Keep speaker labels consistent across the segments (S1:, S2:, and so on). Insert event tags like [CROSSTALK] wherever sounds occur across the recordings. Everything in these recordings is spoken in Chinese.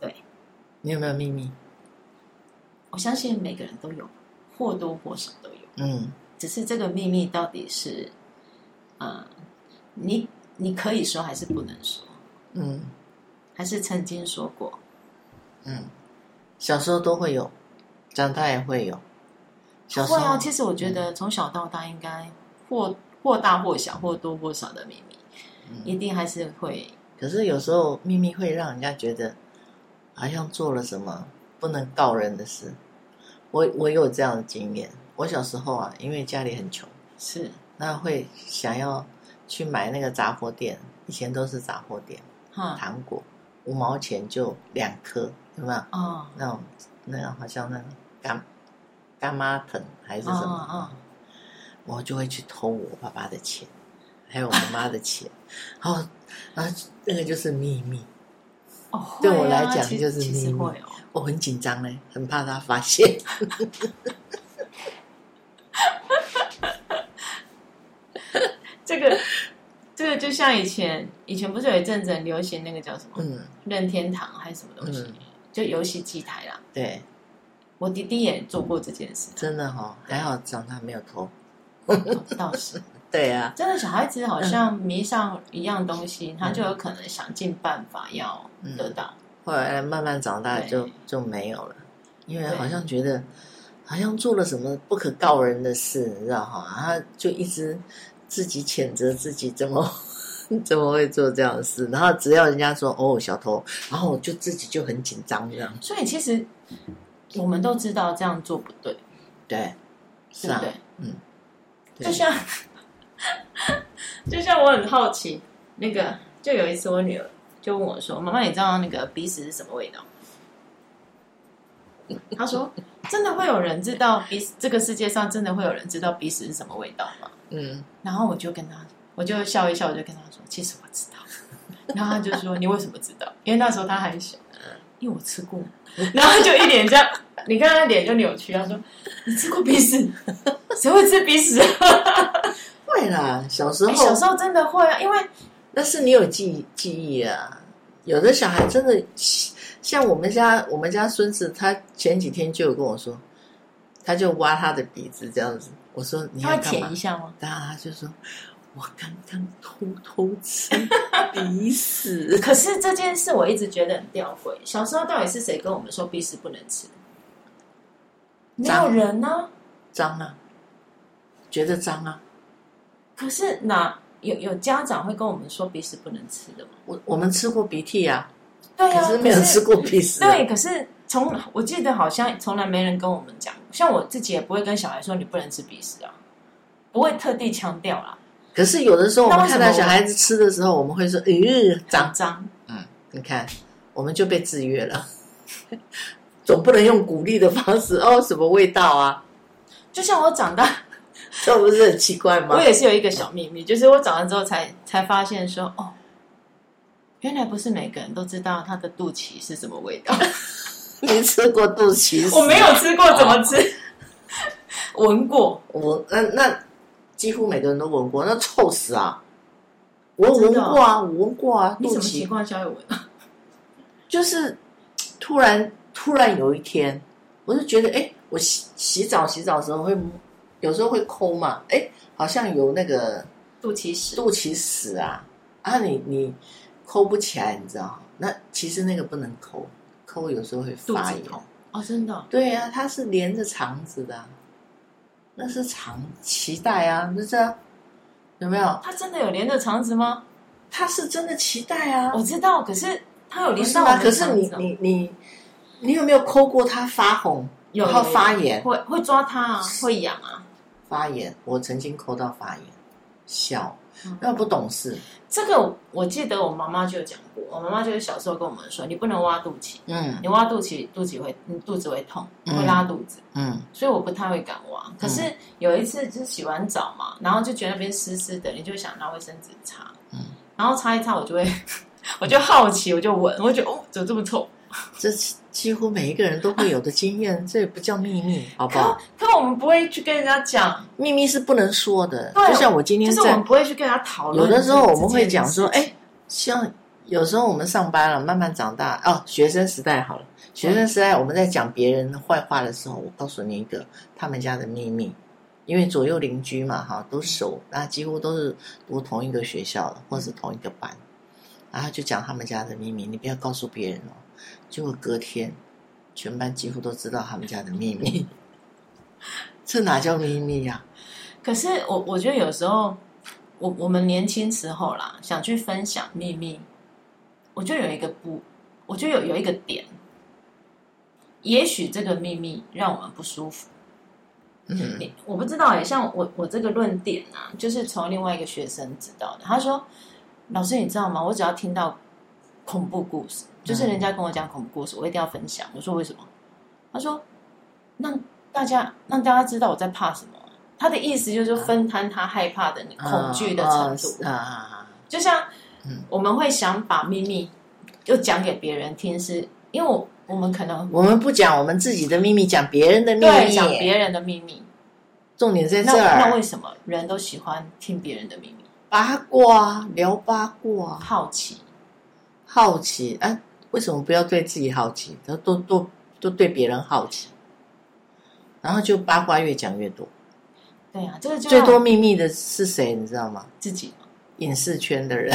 S1: 对，
S2: 你有没有秘密？
S1: 我相信每个人都有，或多或少都有。
S2: 嗯
S1: 只是这个秘密到底是，呃，你你可以说还是不能说，
S2: 嗯
S1: 还是曾经说过？
S2: 嗯，小时候都会有，长大也会有。小时
S1: 会
S2: 候嗯
S1: 啊，其实我觉得从小到大应该或或大或小，或多或少的秘密，
S2: 嗯
S1: 一定还是会。
S2: 可是有时候秘密会让人家觉得好像做了什么不能告人的事。我我有这样的经验。我小时候啊，因为家里很穷，
S1: 是，
S2: 那会想要去买那个杂货店，以前都是杂货店，
S1: 哈，
S2: 糖果五毛钱就两颗，有没有？
S1: 哦，
S2: 那种那个好像那个干干妈藤还是
S1: 嗯
S2: 什么，
S1: 嗯
S2: 我就会去偷我爸爸的钱，还有我妈妈的钱， [LAUGHS] 然后然后那个就是秘密。
S1: 嗯，哦，
S2: 对
S1: 会啊
S2: 我来讲
S1: 其
S2: 就是
S1: 其实
S2: 秘密
S1: 会哦，
S2: 我很紧张嘞，很怕他发现。
S1: 这个这个就像以前以前不是有一阵子很流行那个叫什么？
S2: [LAUGHS] 嗯，
S1: 任天堂还是什么东西，
S2: 嗯
S1: 就游戏机台啦。
S2: 对，
S1: 我弟弟也做过这件事，
S2: 真的哈、哦，还好长大没有偷。[LAUGHS]
S1: 倒是
S2: 对啊，
S1: 真的小孩子好像迷上一样东西，
S2: 嗯
S1: 他就有可能想尽办法要得到。
S2: 后来慢慢长大
S1: 对
S2: 就就没有了，因为
S1: 对
S2: 好像觉得好像做了什么不可告人的事，你知道哈、他就一直自己谴责自己怎么。 [LAUGHS] 怎么会做这样的事？然后只要人家说“哦，小偷”，然后我就自己就很紧张，这样
S1: 所以其实我们都知道这样做不对，
S2: 对，是
S1: 对不
S2: 啊，
S1: 对？
S2: 嗯，对
S1: 就像 [LAUGHS] 就像我很好奇，那个就有一次我女儿就问我说：“妈妈，你知道那个鼻屎是什么味道？”她说：“真的会有人知道鼻屎这个世界上真的会有人知道鼻屎是什么味道吗
S2: 嗯，？”
S1: 然后我就跟她，我就笑一笑，我就跟她说：“其实我知道。” [LAUGHS] 然后她就说：“你为什么知道？”因为那时候她还小，因为我吃过。然后她就一脸这样， [LAUGHS] 你看她脸就扭曲，她说：“你吃过鼻屎？ [LAUGHS] 谁会吃鼻屎啊？”
S2: 会啦。小时候，
S1: 哎，小时候真的会啊，因为
S2: 那是你有记记忆啊。有的小孩真的像我们家，我们家孙子，他前几天就有跟我说，他就挖他的鼻子这样子。我说你
S1: 他
S2: 要
S1: 会
S2: 干
S1: 舔
S2: 嘛
S1: 一？下吗？
S2: 然后他就说，我刚刚偷偷吃鼻
S1: [LAUGHS]
S2: 屎。
S1: 可是这件事我一直觉得很吊诡，小时候到底是谁跟我们说鼻屎不能吃？没有
S2: 脏
S1: 人呢、
S2: 脏啊，觉得脏啊。
S1: 可是哪有有家长会跟我们说鼻屎不能吃的吗？
S2: 我我们吃过鼻涕啊，
S1: 对
S2: 可
S1: 啊，
S2: 是没有吃。过鼻屎、啊。
S1: 对，可是从我记得好像从来没人跟我们讲，像我自己也不会跟小孩说你不能吃鼻屎啊，不会特地强调啦。
S2: 可是有的时候我
S1: 那
S2: 们
S1: 为什
S2: 看
S1: 么
S2: 到
S1: 我
S2: 小孩子吃的时候，我们会说，呃，脏
S1: 脏。脏，
S2: 嗯，你看，我们就被制约了， [LAUGHS] 总不能用鼓励的方式哦，什么味道啊？
S1: 就像我
S2: [LAUGHS]
S1: 长大
S2: 这不是很奇怪吗
S1: 我？也是有一个小秘密，就是我长大之后才才发现说，哦，原来不是每个人都知道他的肚脐是什么味道。
S2: 你吃过肚脐屎？
S1: 我没有，吃
S2: 啊
S1: 过，
S2: [LAUGHS]
S1: 怎么吃？闻过，
S2: 我那那几乎每个人都闻过，那臭死啊！我
S1: 真
S2: 闻
S1: 的哦
S2: 过啊，我闻过啊，
S1: 你
S2: 肚
S1: 什么情
S2: 脐
S1: 况下会闻？啊
S2: 就是突然突然有一天，我就觉得，哎，我洗洗澡洗澡的时候会有时候会抠嘛，哎，好像有那个
S1: 肚脐屎，
S2: 肚脐屎啊啊你，你抠不起来，你知道吗？那其实那个不能抠，抠有时候会
S1: 肚
S2: 发
S1: 子
S2: 炎。
S1: 痛哦，真的哦
S2: 对啊，它是连着肠子的啊、那是肠脐带啊，就是啊，有没有？
S1: 它真的有连着肠子吗？
S2: 它是真的脐带啊，
S1: 我知道，可是它有
S2: 不
S1: 连
S2: 是
S1: 到
S2: 吗？
S1: 我
S2: 可
S1: 的
S2: 是
S1: 肠
S2: 你
S1: 子哦，
S2: 你你你有没有抠过它发红，
S1: 有
S2: 然后
S1: 有
S2: 发炎？
S1: 会会抓它啊，会痒啊，
S2: 发炎，我曾经抠到发炎，小
S1: 嗯
S2: 那不懂事，
S1: 这个我记得我妈妈就有讲过，我妈妈就是小时候跟我们说，你不能挖肚脐，
S2: 嗯
S1: 你挖肚脐，肚脐会，你肚子会痛，
S2: 嗯
S1: 会拉肚子，
S2: 嗯
S1: 所以我不太会敢挖。可是有一次就是洗完澡嘛，然后就觉得那边湿湿的，你就想拿卫生纸擦，
S2: 嗯
S1: 然后擦一擦，我就会， [LAUGHS] 我就好奇，我就闻，我就觉得哦，怎么这么臭？
S2: 这几乎每一个人都会有的经验，这也不叫秘密，好不好？
S1: 可我们不会去跟人家讲，
S2: 秘密是不能说的，
S1: 对
S2: 就像我今
S1: 就
S2: 天
S1: 是我们
S2: 在
S1: 不会去跟人家讨
S2: 有
S1: 论这。
S2: 的时候我们会讲说，
S1: 这件事
S2: 哎，像有时候我们上班了，慢慢长大哦，学生时代好了，学
S1: 嗯
S2: 生时代我们在讲别人坏话的时候，我告诉你一个他们家的秘密。因为左右邻居嘛，哈，都熟，那几乎都是读同一个学校的，或
S1: 嗯
S2: 者是同一个班，然后就讲他们家的秘密，你不要告诉别人哦。结果隔天，全班几乎都知道他们家的秘密， [LAUGHS] 这哪叫秘密呀、
S1: 可是我我觉得有时候，我我们年轻时候啦，想去分享秘密，我就有一个不，我就有有一个点，也许这个秘密让我们不舒服。
S2: 嗯
S1: 你我不知道哎、像我我这个论点啊，就是从另外一个学生知道的。他说：“老师，你知道吗？我只要听到恐怖故事，就是人
S2: 嗯
S1: 家跟我讲恐怖故事，我一定要分享。”我说：“为什么？”他说：“让大家让大家知道我在怕什么啊。”他的意思就是分摊他害怕的恐惧的程度，
S2: 啊啊，
S1: 就像
S2: 嗯
S1: 我们会想把秘密就讲给别人听是，因为我我们可能
S2: 我们不讲我们自己的秘密，讲别人的秘
S1: 对讲
S2: 密，
S1: 别人的秘密。
S2: 重点在这
S1: 那那为
S2: 儿。
S1: 什么人都喜欢听别人的秘密？
S2: 八卦聊八卦，
S1: 好奇，
S2: 好奇哎、啊，为什么不要对自己好奇，都多多多对别人好奇，然后就八卦越讲越多。
S1: 对啊，这个就
S2: 最
S1: 让
S2: 多秘密的是谁，你知道吗？
S1: 自己嘛，
S2: 影视圈的人，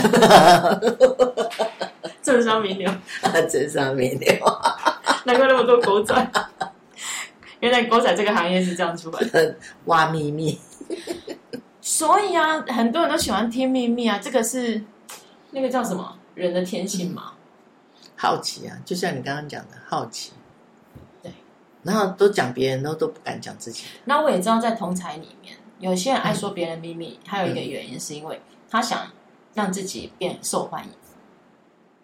S2: [LAUGHS]
S1: 政商名流，
S2: 真上没聊，
S1: 难怪那么多狗仔。原来狗仔这个行业是这样出来的，
S2: [LAUGHS] 挖秘密。
S1: 所以啊，很多人都喜欢听秘密啊，这个是那个叫什么人的天性嘛？
S2: 好奇啊，就像你刚刚讲的好奇，
S1: 对，
S2: 然后都讲别人都都不敢讲自己，
S1: 那我也知道，在同才里面，有些人爱说别人秘密，还有一个原因是因为他想让自己变受欢迎。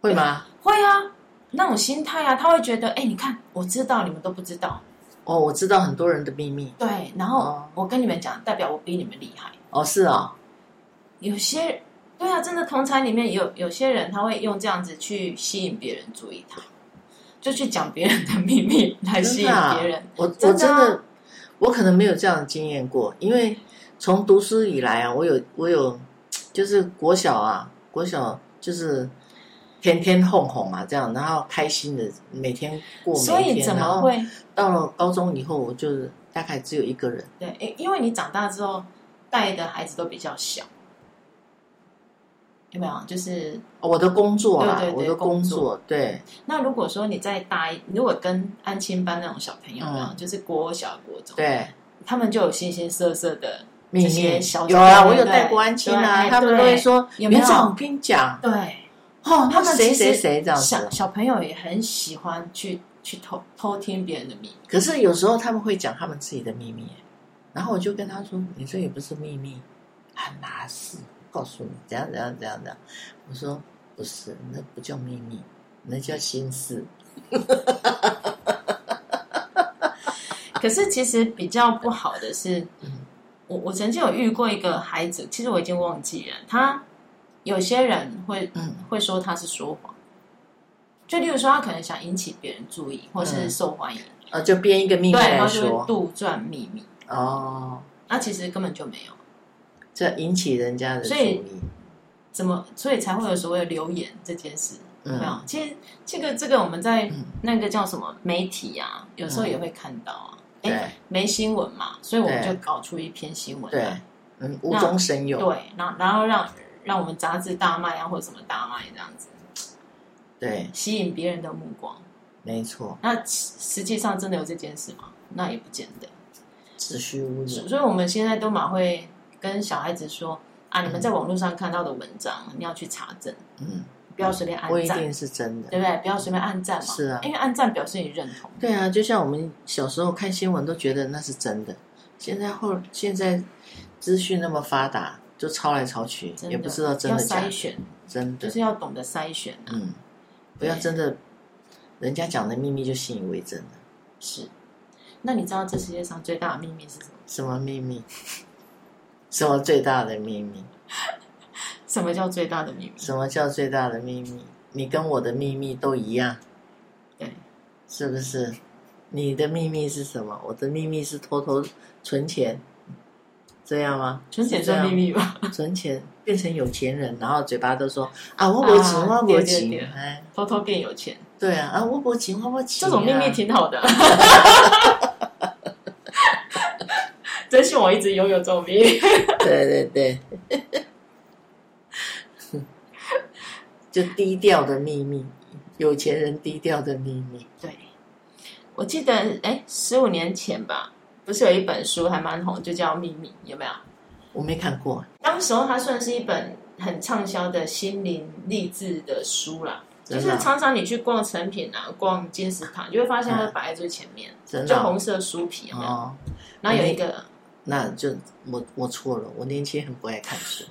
S2: 会吗？
S1: 会啊，那种心态啊，他会觉得，哎、你看，我知道你们都不知道，
S2: 哦，我知道很多人的秘密。
S1: 对，然
S2: 哦
S1: 后我跟你们讲，代表我比你们厉害。
S2: 哦，是哦，
S1: 有些对啊，真的同才里面有有些人，他会用这样子去吸引别人注意他，就去讲别人的秘密来
S2: 真
S1: 吸引
S2: 的啊
S1: 别人。
S2: 我我
S1: 真的
S2: 真
S1: 啊
S2: 的，我可能没有这样的经验过，因为从读书以来啊，我有我有，就是国小啊，国小就是天天哄哄啊，这样，然后开心的每天过
S1: 所
S2: 每一
S1: 以
S2: 天，
S1: 怎
S2: 然
S1: 么
S2: 后
S1: 会
S2: 到了高中以后，我就是大概只有一个人，
S1: 对？因因为你长大之后带的孩子都比较小，有没有？就是
S2: 哦我的工作啦，
S1: 对对对
S2: 我的工
S1: 工作
S2: 对，
S1: 那如果说你再大一，如果跟安亲班那种小朋友，
S2: 嗯
S1: 然后就是国小、国中，
S2: 对，
S1: 他们就有形形色色的，
S2: 秘
S1: 这些
S2: 密
S1: 小
S2: 有啊，
S1: 对
S2: 我有
S1: 对
S2: 带国安亲啊，
S1: 对
S2: 他们
S1: 对
S2: 都会说，
S1: 有没
S2: 园
S1: 有
S2: 长，我跟你讲，
S1: 对，
S2: 哦，
S1: 他们
S2: 谁
S1: 其实
S2: 谁谁这样子啊
S1: 小，小朋友也很喜欢去去偷偷听别人的秘密。
S2: 可是有时候他们会讲他们自己的秘密，然后我就跟他说：“你这也不是秘密，很拿事，告诉你怎样怎样怎样怎样。”我说：“不是，那不叫秘密，那叫心事。
S1: 可是其实比较不好的是
S2: 啊嗯，
S1: 我我曾经有遇过一个孩子，其实我已经忘记了，他有些人会”
S2: 嗯
S1: 会说他是说谎，就例如说他可能想引起别人注意，或是
S2: 嗯
S1: 受欢迎，
S2: 呃，就编一个秘密
S1: 对，然
S2: 来
S1: 后就会
S2: 说
S1: 杜撰秘密，
S2: 哦，
S1: 那其实根本就没有，
S2: 这引起人家的注
S1: 所以
S2: 意。
S1: 怎么所以才会有所谓的留言这件事。有没有
S2: 嗯，，
S1: 啊其实这个这个我们在
S2: 嗯
S1: 那个叫什么媒体啊，有时候也会看到啊。
S2: 对
S1: 哎，没新闻嘛，所以我们
S2: 对
S1: 就搞出一篇新闻
S2: 对
S1: 来，，
S2: 嗯，无中生有，
S1: 对，然后然后让让我们杂志大卖啊，或者什么大卖这样子，
S2: 对，
S1: 吸引别人的目光。
S2: 没错，
S1: 那实实际上真的有这件事吗？那也不见得。
S2: 子虚乌有。
S1: 所以我们现在都蛮会跟小孩子说啊，你们在网络上看到的文章，你要去查证，
S2: 嗯，
S1: 不要随便按
S2: 不一
S1: 赞，
S2: 定是真的
S1: 对。不对？不要随便按赞嘛，
S2: 是啊
S1: 因为按赞表示你认同。
S2: 对啊，就像我们小时候看新闻都觉得那是真的，现在后现在资讯那么发达，就抄来抄去，
S1: 真的
S2: 也不知道真
S1: 要
S2: 的假
S1: 筛
S2: 的，
S1: 选，
S2: 真
S1: 就
S2: 的，
S1: 是要懂得筛选啊。
S2: 嗯，不要
S1: 对
S2: 真的人家讲的秘密就信以为真了。
S1: 是，那你知道这世界上最大的秘密是什么？
S2: 什么秘密？什么最大的秘密？
S1: 什么叫最大的秘密？
S2: 什么叫最大的秘密？你跟我的秘密都一样，
S1: 对，
S2: 是不是？你的秘密是什么？我的秘密是偷偷存钱，这样吗？
S1: 存钱
S2: 是这
S1: 算
S2: 样
S1: 秘密吧，
S2: 存钱变成有钱人，然后嘴巴都说啊，我有钱，
S1: 啊
S2: 我有
S1: 对对对
S2: 钱，哎，
S1: 偷偷变有钱，
S2: 对啊，啊，我有钱，我有钱
S1: 这
S2: 啊，
S1: 种秘密挺好的。真希望我一直拥有这种秘
S2: [LAUGHS]
S1: 密。
S2: 对 [LAUGHS] 对对， [LAUGHS] 就低调的秘密，有钱人低调的秘密，
S1: 对，我记得哎，十五年前吧，不是有一本书还蛮红，就叫《秘密》，有没有？
S2: 我没看过，
S1: 当时候它算是一本很畅销的心灵励志的书啦。就
S2: 真
S1: 是
S2: 的啊
S1: 常常你去逛成品啊，逛金石堂，你就会发现它摆在最前面，
S2: 嗯真
S1: 就
S2: 的啊
S1: 红色书皮有没有
S2: 哦。哎
S1: 然后有一个
S2: 那就我我错了，我年轻很不爱看书，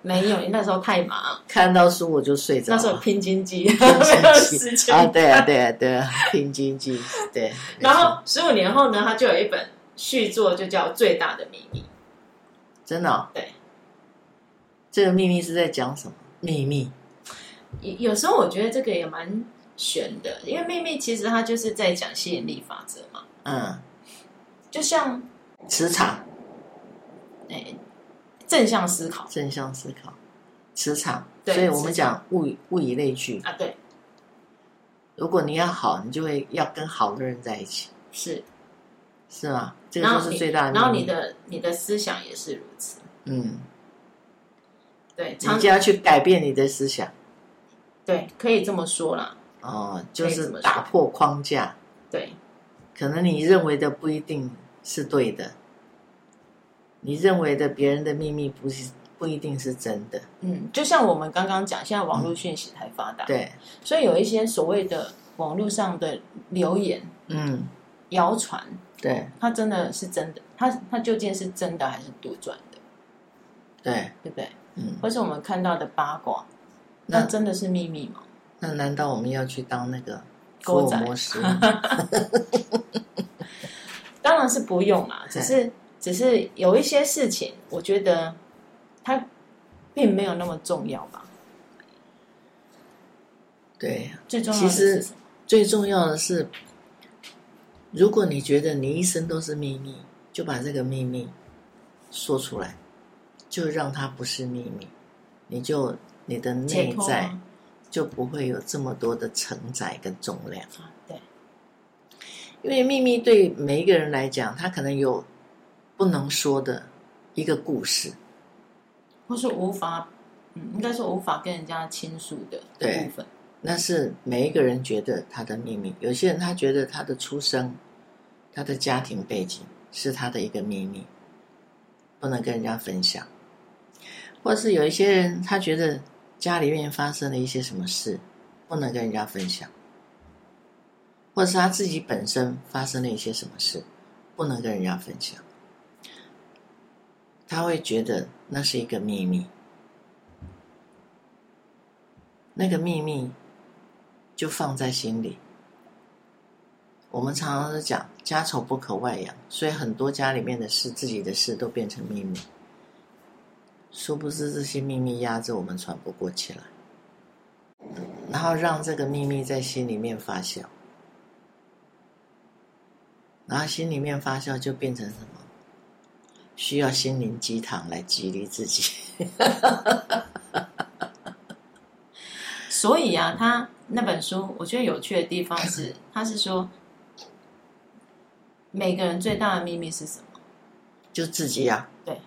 S1: 没有，你那时候太忙，
S2: 看到书我就睡着
S1: 那时候
S2: 了。
S1: 拼经济，
S2: 经济
S1: [LAUGHS] 没有时间。
S2: 啊，对啊，对啊，对啊，拼经济，对。没错
S1: 然后十五年后呢，他就有一本续作，就叫《最大的秘密
S2: 真的、哦，
S1: 对，
S2: 这个秘密是在讲什么？秘密，》。
S1: 有有时候我觉得这个也蛮悬的，因为秘密其实它就是在讲吸引力法则嘛，
S2: 嗯，
S1: 就像
S2: 磁场，
S1: 哎、正向思考
S2: 正向思考，磁场。
S1: 对
S2: 所以我们
S1: 磁场
S2: 讲物以物以类聚，
S1: 啊，对，
S2: 如果你要好，你就会要跟好的人在一起，
S1: 是。
S2: 是吗？这个
S1: 然
S2: 就
S1: 后
S2: 是
S1: 你
S2: 最大的秘密。
S1: 然后你的你的思想也是如此，
S2: 嗯，
S1: 对，
S2: 你
S1: 常
S2: 就要去改变你的思想。
S1: 对，可以这么说啦，
S2: 哦，就
S1: 可以这
S2: 是
S1: 么说
S2: 打破框架，
S1: 对，
S2: 可能你认为的不一定是对的，你认为的别人的秘密不是不一定是真的，
S1: 嗯，就像我们刚刚讲，现在网络讯息太发达，
S2: 对，
S1: 所以有一些所谓的网络上的留言、
S2: 嗯，
S1: 谣传，
S2: 对
S1: 它真的是真的，它它究竟是真的还是杜撰的，
S2: 对，
S1: 对不对？
S2: 嗯，
S1: 或是我们看到的八卦，
S2: 那
S1: 那真的是秘密吗？
S2: 那难道我们要去当那个福
S1: 狗
S2: 尔
S1: 仔
S2: 摩
S1: [LAUGHS]
S2: 斯吗？
S1: 当然是不用啦，只是只是有一些事情，我觉得它并没有那么重要吧。
S2: 对，
S1: 最重要的是
S2: 其实
S1: 什么
S2: 最重要的是，如果你觉得你一生都是秘密，就把这个秘密说出来，就让它不是秘密，你就你的
S1: 解
S2: 内
S1: 脱
S2: 在
S1: 吗。
S2: 就不会有这么多的承载跟重量。
S1: 啊，对，
S2: 因为秘密对每一个人来讲，他可能有不能说的一个故事，
S1: 或是无法，嗯，应该说无法跟人家倾诉的
S2: 对
S1: 部分，
S2: 那是每一个人觉得他的秘密。有些人他觉得他的出生、他的家庭背景是他的一个秘密，不能跟人家分享；或是有一些人他觉得家里面发生了一些什么事，不能跟人家分享；或是他自己本身发生了一些什么事，不能跟人家分享。他会觉得那是一个秘密，那个秘密就放在心里。我们常常是讲家丑不可外扬，所以很多家里面的事、自己的事都变成秘密。殊不知这些秘密压着我们喘不过气来，然后让这个秘密在心里面发酵，然后心里面发酵就变成什么？需要心灵鸡汤来激励自己。 [LAUGHS]
S1: 所以啊，他那本书我觉得有趣的地方是，他是说每个人最大的秘密是什么？
S2: 就自己啊呀、
S1: 对，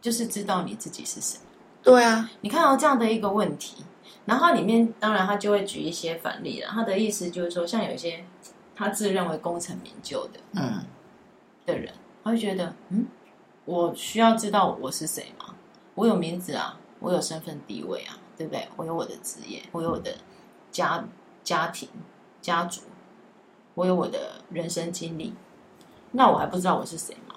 S1: 就是知道你自己是谁。
S2: 对啊，
S1: 你看到、这样的一个问题，然后里面当然他就会举一些反例了。他的意思就是说，像有一些他自认为功成名就的
S2: 嗯，
S1: 的人，他会觉得，嗯，我需要知道我是谁吗？我有名字啊，我有身份地位啊，对不对？我有我的职业，我有我的家家庭、家族，我有我的人生经历，那我还不知道我是谁吗？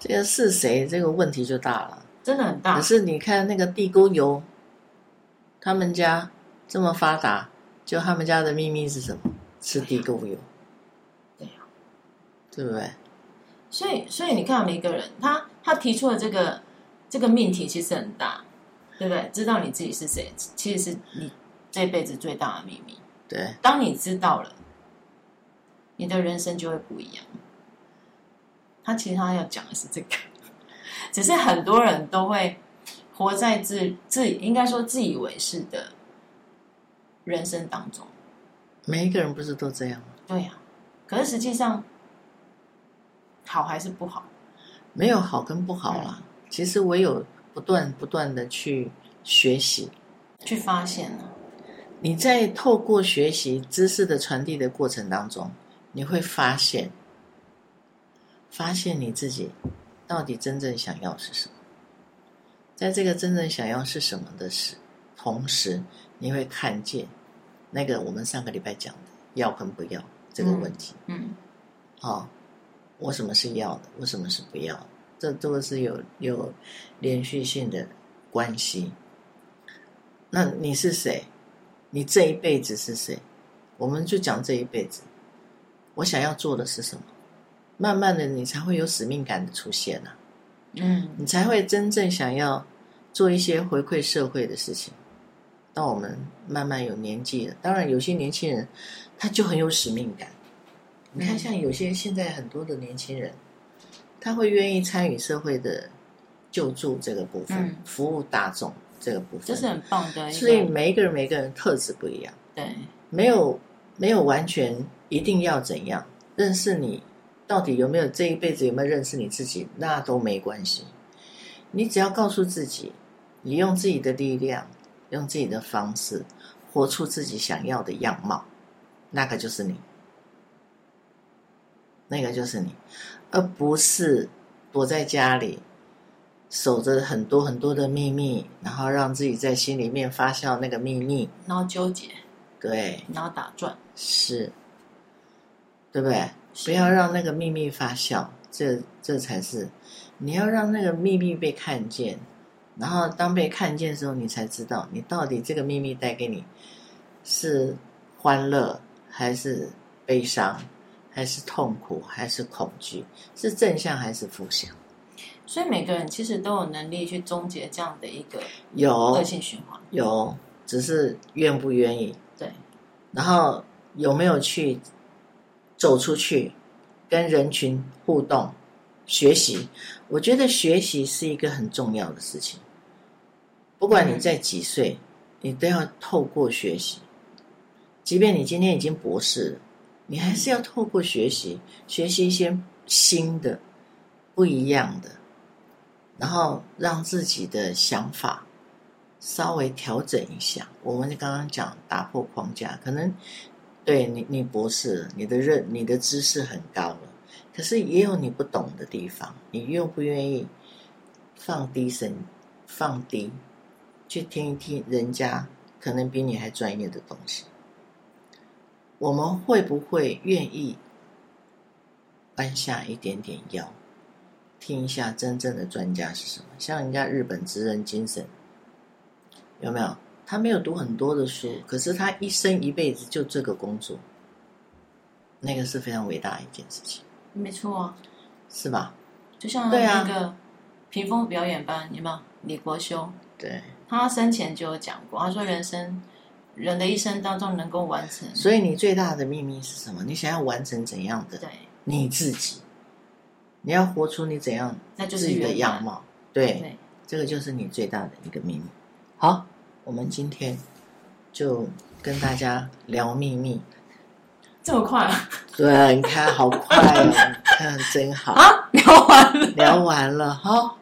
S2: 这个是谁这个问题就大了。
S1: 真的很
S2: 可
S1: 大。
S2: 是你看那个地沟油，他们家这么发达，就他们家的秘密是什么？吃地沟油，
S1: 对呀
S2: 对不对？
S1: 所以，所以你看，啊每个人他他提出的这个这个命题其实很大，对不对？知道你自己是谁，其实是你这辈子最大的秘密。
S2: 对，
S1: 当你知道了，你的人生就会不一样。他其实他要讲的是这个， [LAUGHS] 只是很多人都会活在自自应该说自以为是的人生当中。
S2: 每一个人不是都这样吗？
S1: 对呀、可是实际上好还是不好？
S2: 没有好跟不好
S1: 嗯
S2: 啦。其实我有不断不断的去学习，
S1: 去发现啊呢、
S2: 你在透过学习知识的传递的过程当中，你会发现，发现你自己到底真正想要是什么。在这个真正想要是什么的时，同时你会看见那个我们上个礼拜讲的要跟不要这个问题。
S1: 嗯，
S2: 哦，我什么是要的，我什么是不要的，这这个是有有连续性的关系。那你是谁？你这一辈子是谁？我们就讲这一辈子，我想要做的是什么？慢慢的，你才会有使命感的出现啊，
S1: 嗯，
S2: 你才会真正想要做一些回馈社会的事情。当我们慢慢有年纪了，当然有些年轻人他就很有使命感。你看，
S1: 嗯
S2: 像有些现在很多的年轻人，他会愿意参与社会的救助这个部分，
S1: 嗯
S2: 服务大众这个部分。
S1: 这是很棒的一
S2: 所以
S1: 个
S2: 每一个人每个人特质不一样，
S1: 对，
S2: 没有没有完全一定要怎样认识你，到底有没有这一辈子有没有认识你自己，那都没关系。你只要告诉自己，你用自己的力量，用自己的方式，活出自己想要的样貌，那个就是你，那个就是你，而不是躲在家里。守着很多很多的秘密，然后让自己在心里面发酵那个秘密，
S1: 然后纠结，
S2: 对，
S1: 然后打转，
S2: 是，对不对？不要让那个秘密发酵，这这才是你要让那个秘密被看见。然后当被看见的时候，你才知道你到底这个秘密带给你是欢乐还是悲伤，还是痛苦还是恐惧，是正向还是负向？
S1: 所以每个人其实都有能力去终结这样的一个恶
S2: 有
S1: 性循环。
S2: 有，只是愿不愿意。
S1: 对，
S2: 然后有没有去走出去，跟人群互动、学习？我觉得学习是一个很重要的事情。不管你在几岁，你都要透过学习。即便你今天已经博士了，你还是要透过学习，学习一些新的、不一样的，然后让自己的想法稍微调整一下。我们刚刚讲打破框架，可能对你你博士了，你的认你的知识很高了，可是也有你不懂的地方，你愿不愿意放低声放低，去听一听人家可能比你还专业的东西？我们会不会愿意弯下一点点腰，听一下真正的专家是什么？像人家日本职人精神，有没有？他没有读很多的书，可是他一生一辈子就这个工作，那个是非常伟大的一件事情，
S1: 没错啊，
S2: 是吧？
S1: 就像
S2: 对啊
S1: 那个屏风表演班，有没有？李国修
S2: 对，
S1: 他生前就有讲过，他说人生人的一生当中能够完成，
S2: 所以你最大的秘密是什么？你想要完成怎样的
S1: 对，
S2: 你自己？你要活出你怎样
S1: 那就
S2: 自
S1: 是
S2: 己的
S1: 圆
S2: 样
S1: 满。
S2: 貌？对，
S1: 对，
S2: 这个就是你最大的一个秘密。好，我们今天就跟大家聊秘
S1: [LAUGHS]
S2: 密。
S1: 这么快啊？ [LAUGHS]
S2: 对，你看好快哦， [LAUGHS] 你看真好，
S1: 啊，聊完了，
S2: 聊完了哈、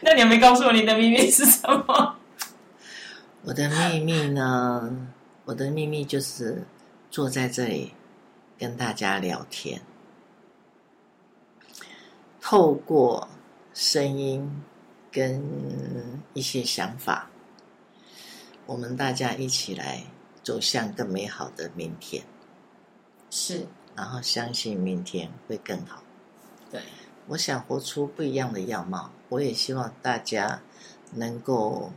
S1: 那你还没告诉我你的秘密是什
S2: [LAUGHS]
S1: 么？
S2: 我的秘密呢？我的秘密就是坐在这里跟大家聊天，透过声音跟一些想法，我们大家一起来走向更美好的明天，
S1: 是，
S2: 然后相信明天会更好。
S1: 对，
S2: 我想活出不一样的样貌，我也希望大家能够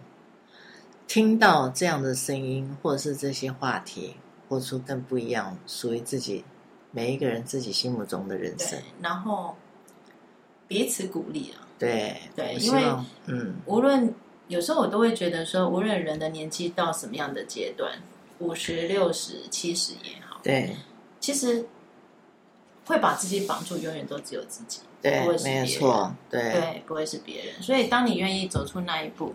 S2: 听到这样的声音，或者是这些话题，活出更不一样、属于自己每一个人自己心目中的人生
S1: 对。，然后彼此鼓励啊。
S2: 对，
S1: 对
S2: 我希
S1: 因为
S2: 望嗯，
S1: 无论有时候我都会觉得说，无论人的年纪到什么样的阶段，五十、六十、七十也好，
S2: 对
S1: 其实会把自己绑住，永远都只有自己，
S2: 对
S1: 不会，是
S2: 没有
S1: 别人
S2: 错，对
S1: 对，不会是别人。所以，当你愿意走出那一步，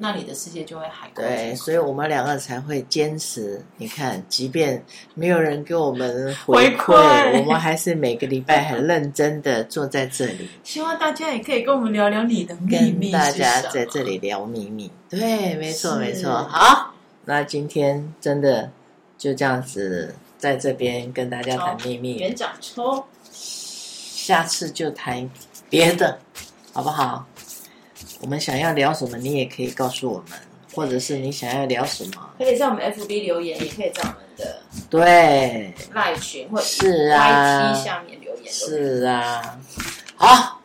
S1: 那你的世界就会海阔
S2: 对，
S1: 天
S2: 所以我们两个才会坚持。你看，即便没有人给我们
S1: 回
S2: 回
S1: 馈
S2: 馈，我们还是每个礼拜很认真的坐在这里，
S1: 希望大家也可以跟我们聊聊你的秘密
S2: 跟大
S1: 是
S2: 家
S1: 什么
S2: 在这里聊秘密。对，没错，
S1: 是
S2: 没错。好，那今天真的就这样子，在这边跟大家谈秘密，
S1: 园长抽，
S2: 下次就谈别的，好不好？我们想要聊什么，你也可以告诉我们，或者是你想要聊什么。
S1: 可以在我们 FB 留言，也可以在我们的
S2: 对，
S1: 赖群或
S2: 是啊
S1: YT 下面留言。都可以
S2: 是啊，好，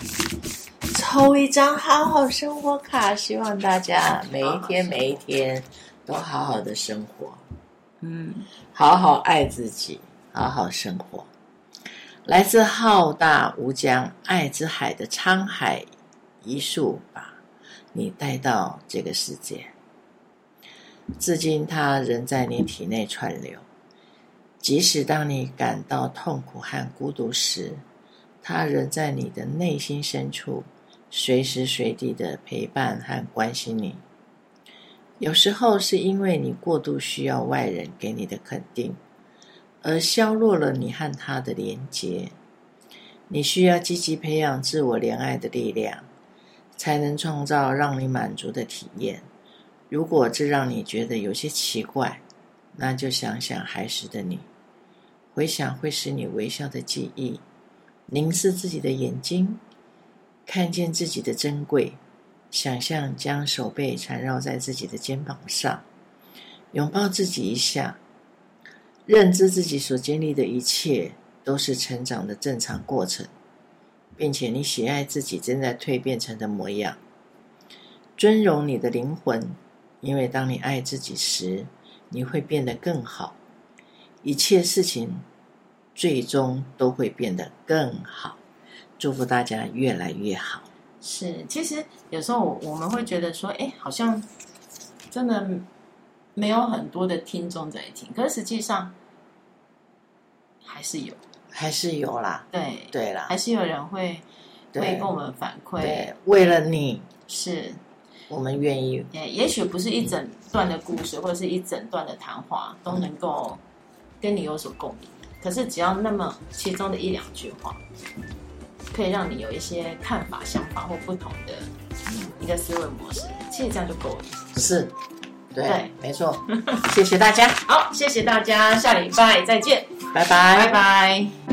S2: 抽一张好好生活卡，希望大家每一天
S1: 好好生活
S2: 每一天都好好的生活，
S1: 嗯，
S2: 好好爱自己，好好生活。来自浩大无疆爱之海的沧海一粟，把你带到这个世界。至今，它仍在你体内串流。即使当你感到痛苦和孤独时，它仍在你的内心深处，随时随地的陪伴和关心你。有时候是因为你过度需要外人给你的肯定，而削弱了你和他的连结。你需要积极培养自我怜爱的力量，才能创造让你满足的体验。如果这让你觉得有些奇怪，那就想想孩时的你，回想会使你微笑的记忆，凝视自己的眼睛，看见自己的珍贵，想象将手背缠绕在自己的肩膀上，拥抱自己一下，认知自己所经历的一切都是成长的正常过程，并且你喜爱自己正在蜕变成的模样，尊荣你的灵魂，因为当你爱自己时，你会变得更好，一切事情最终都会变得更好。祝福大家越来越好。
S1: 是。其实有时候我我们会觉得说，哎，好像真的没有很多的听众在听，可是实际上还是有，
S2: 还是有啦，
S1: 对，
S2: 对啦，
S1: 还是有人会会
S2: 对
S1: 跟我们反馈，
S2: 对，为了你，
S1: 是。
S2: 我们愿意，
S1: 也也许不是一整段的故事，或者是一整段的谈话都能够跟你有所共鸣，可是只要那么其中的一两句话，可以让你有一些看法、想法或不同的一个思维模式，其实这样就够了。
S2: 是，对，
S1: 对
S2: 没
S1: [LAUGHS]
S2: 错，谢谢大家，
S1: 好，谢谢大家，下礼拜再见，
S2: 拜拜
S1: 拜拜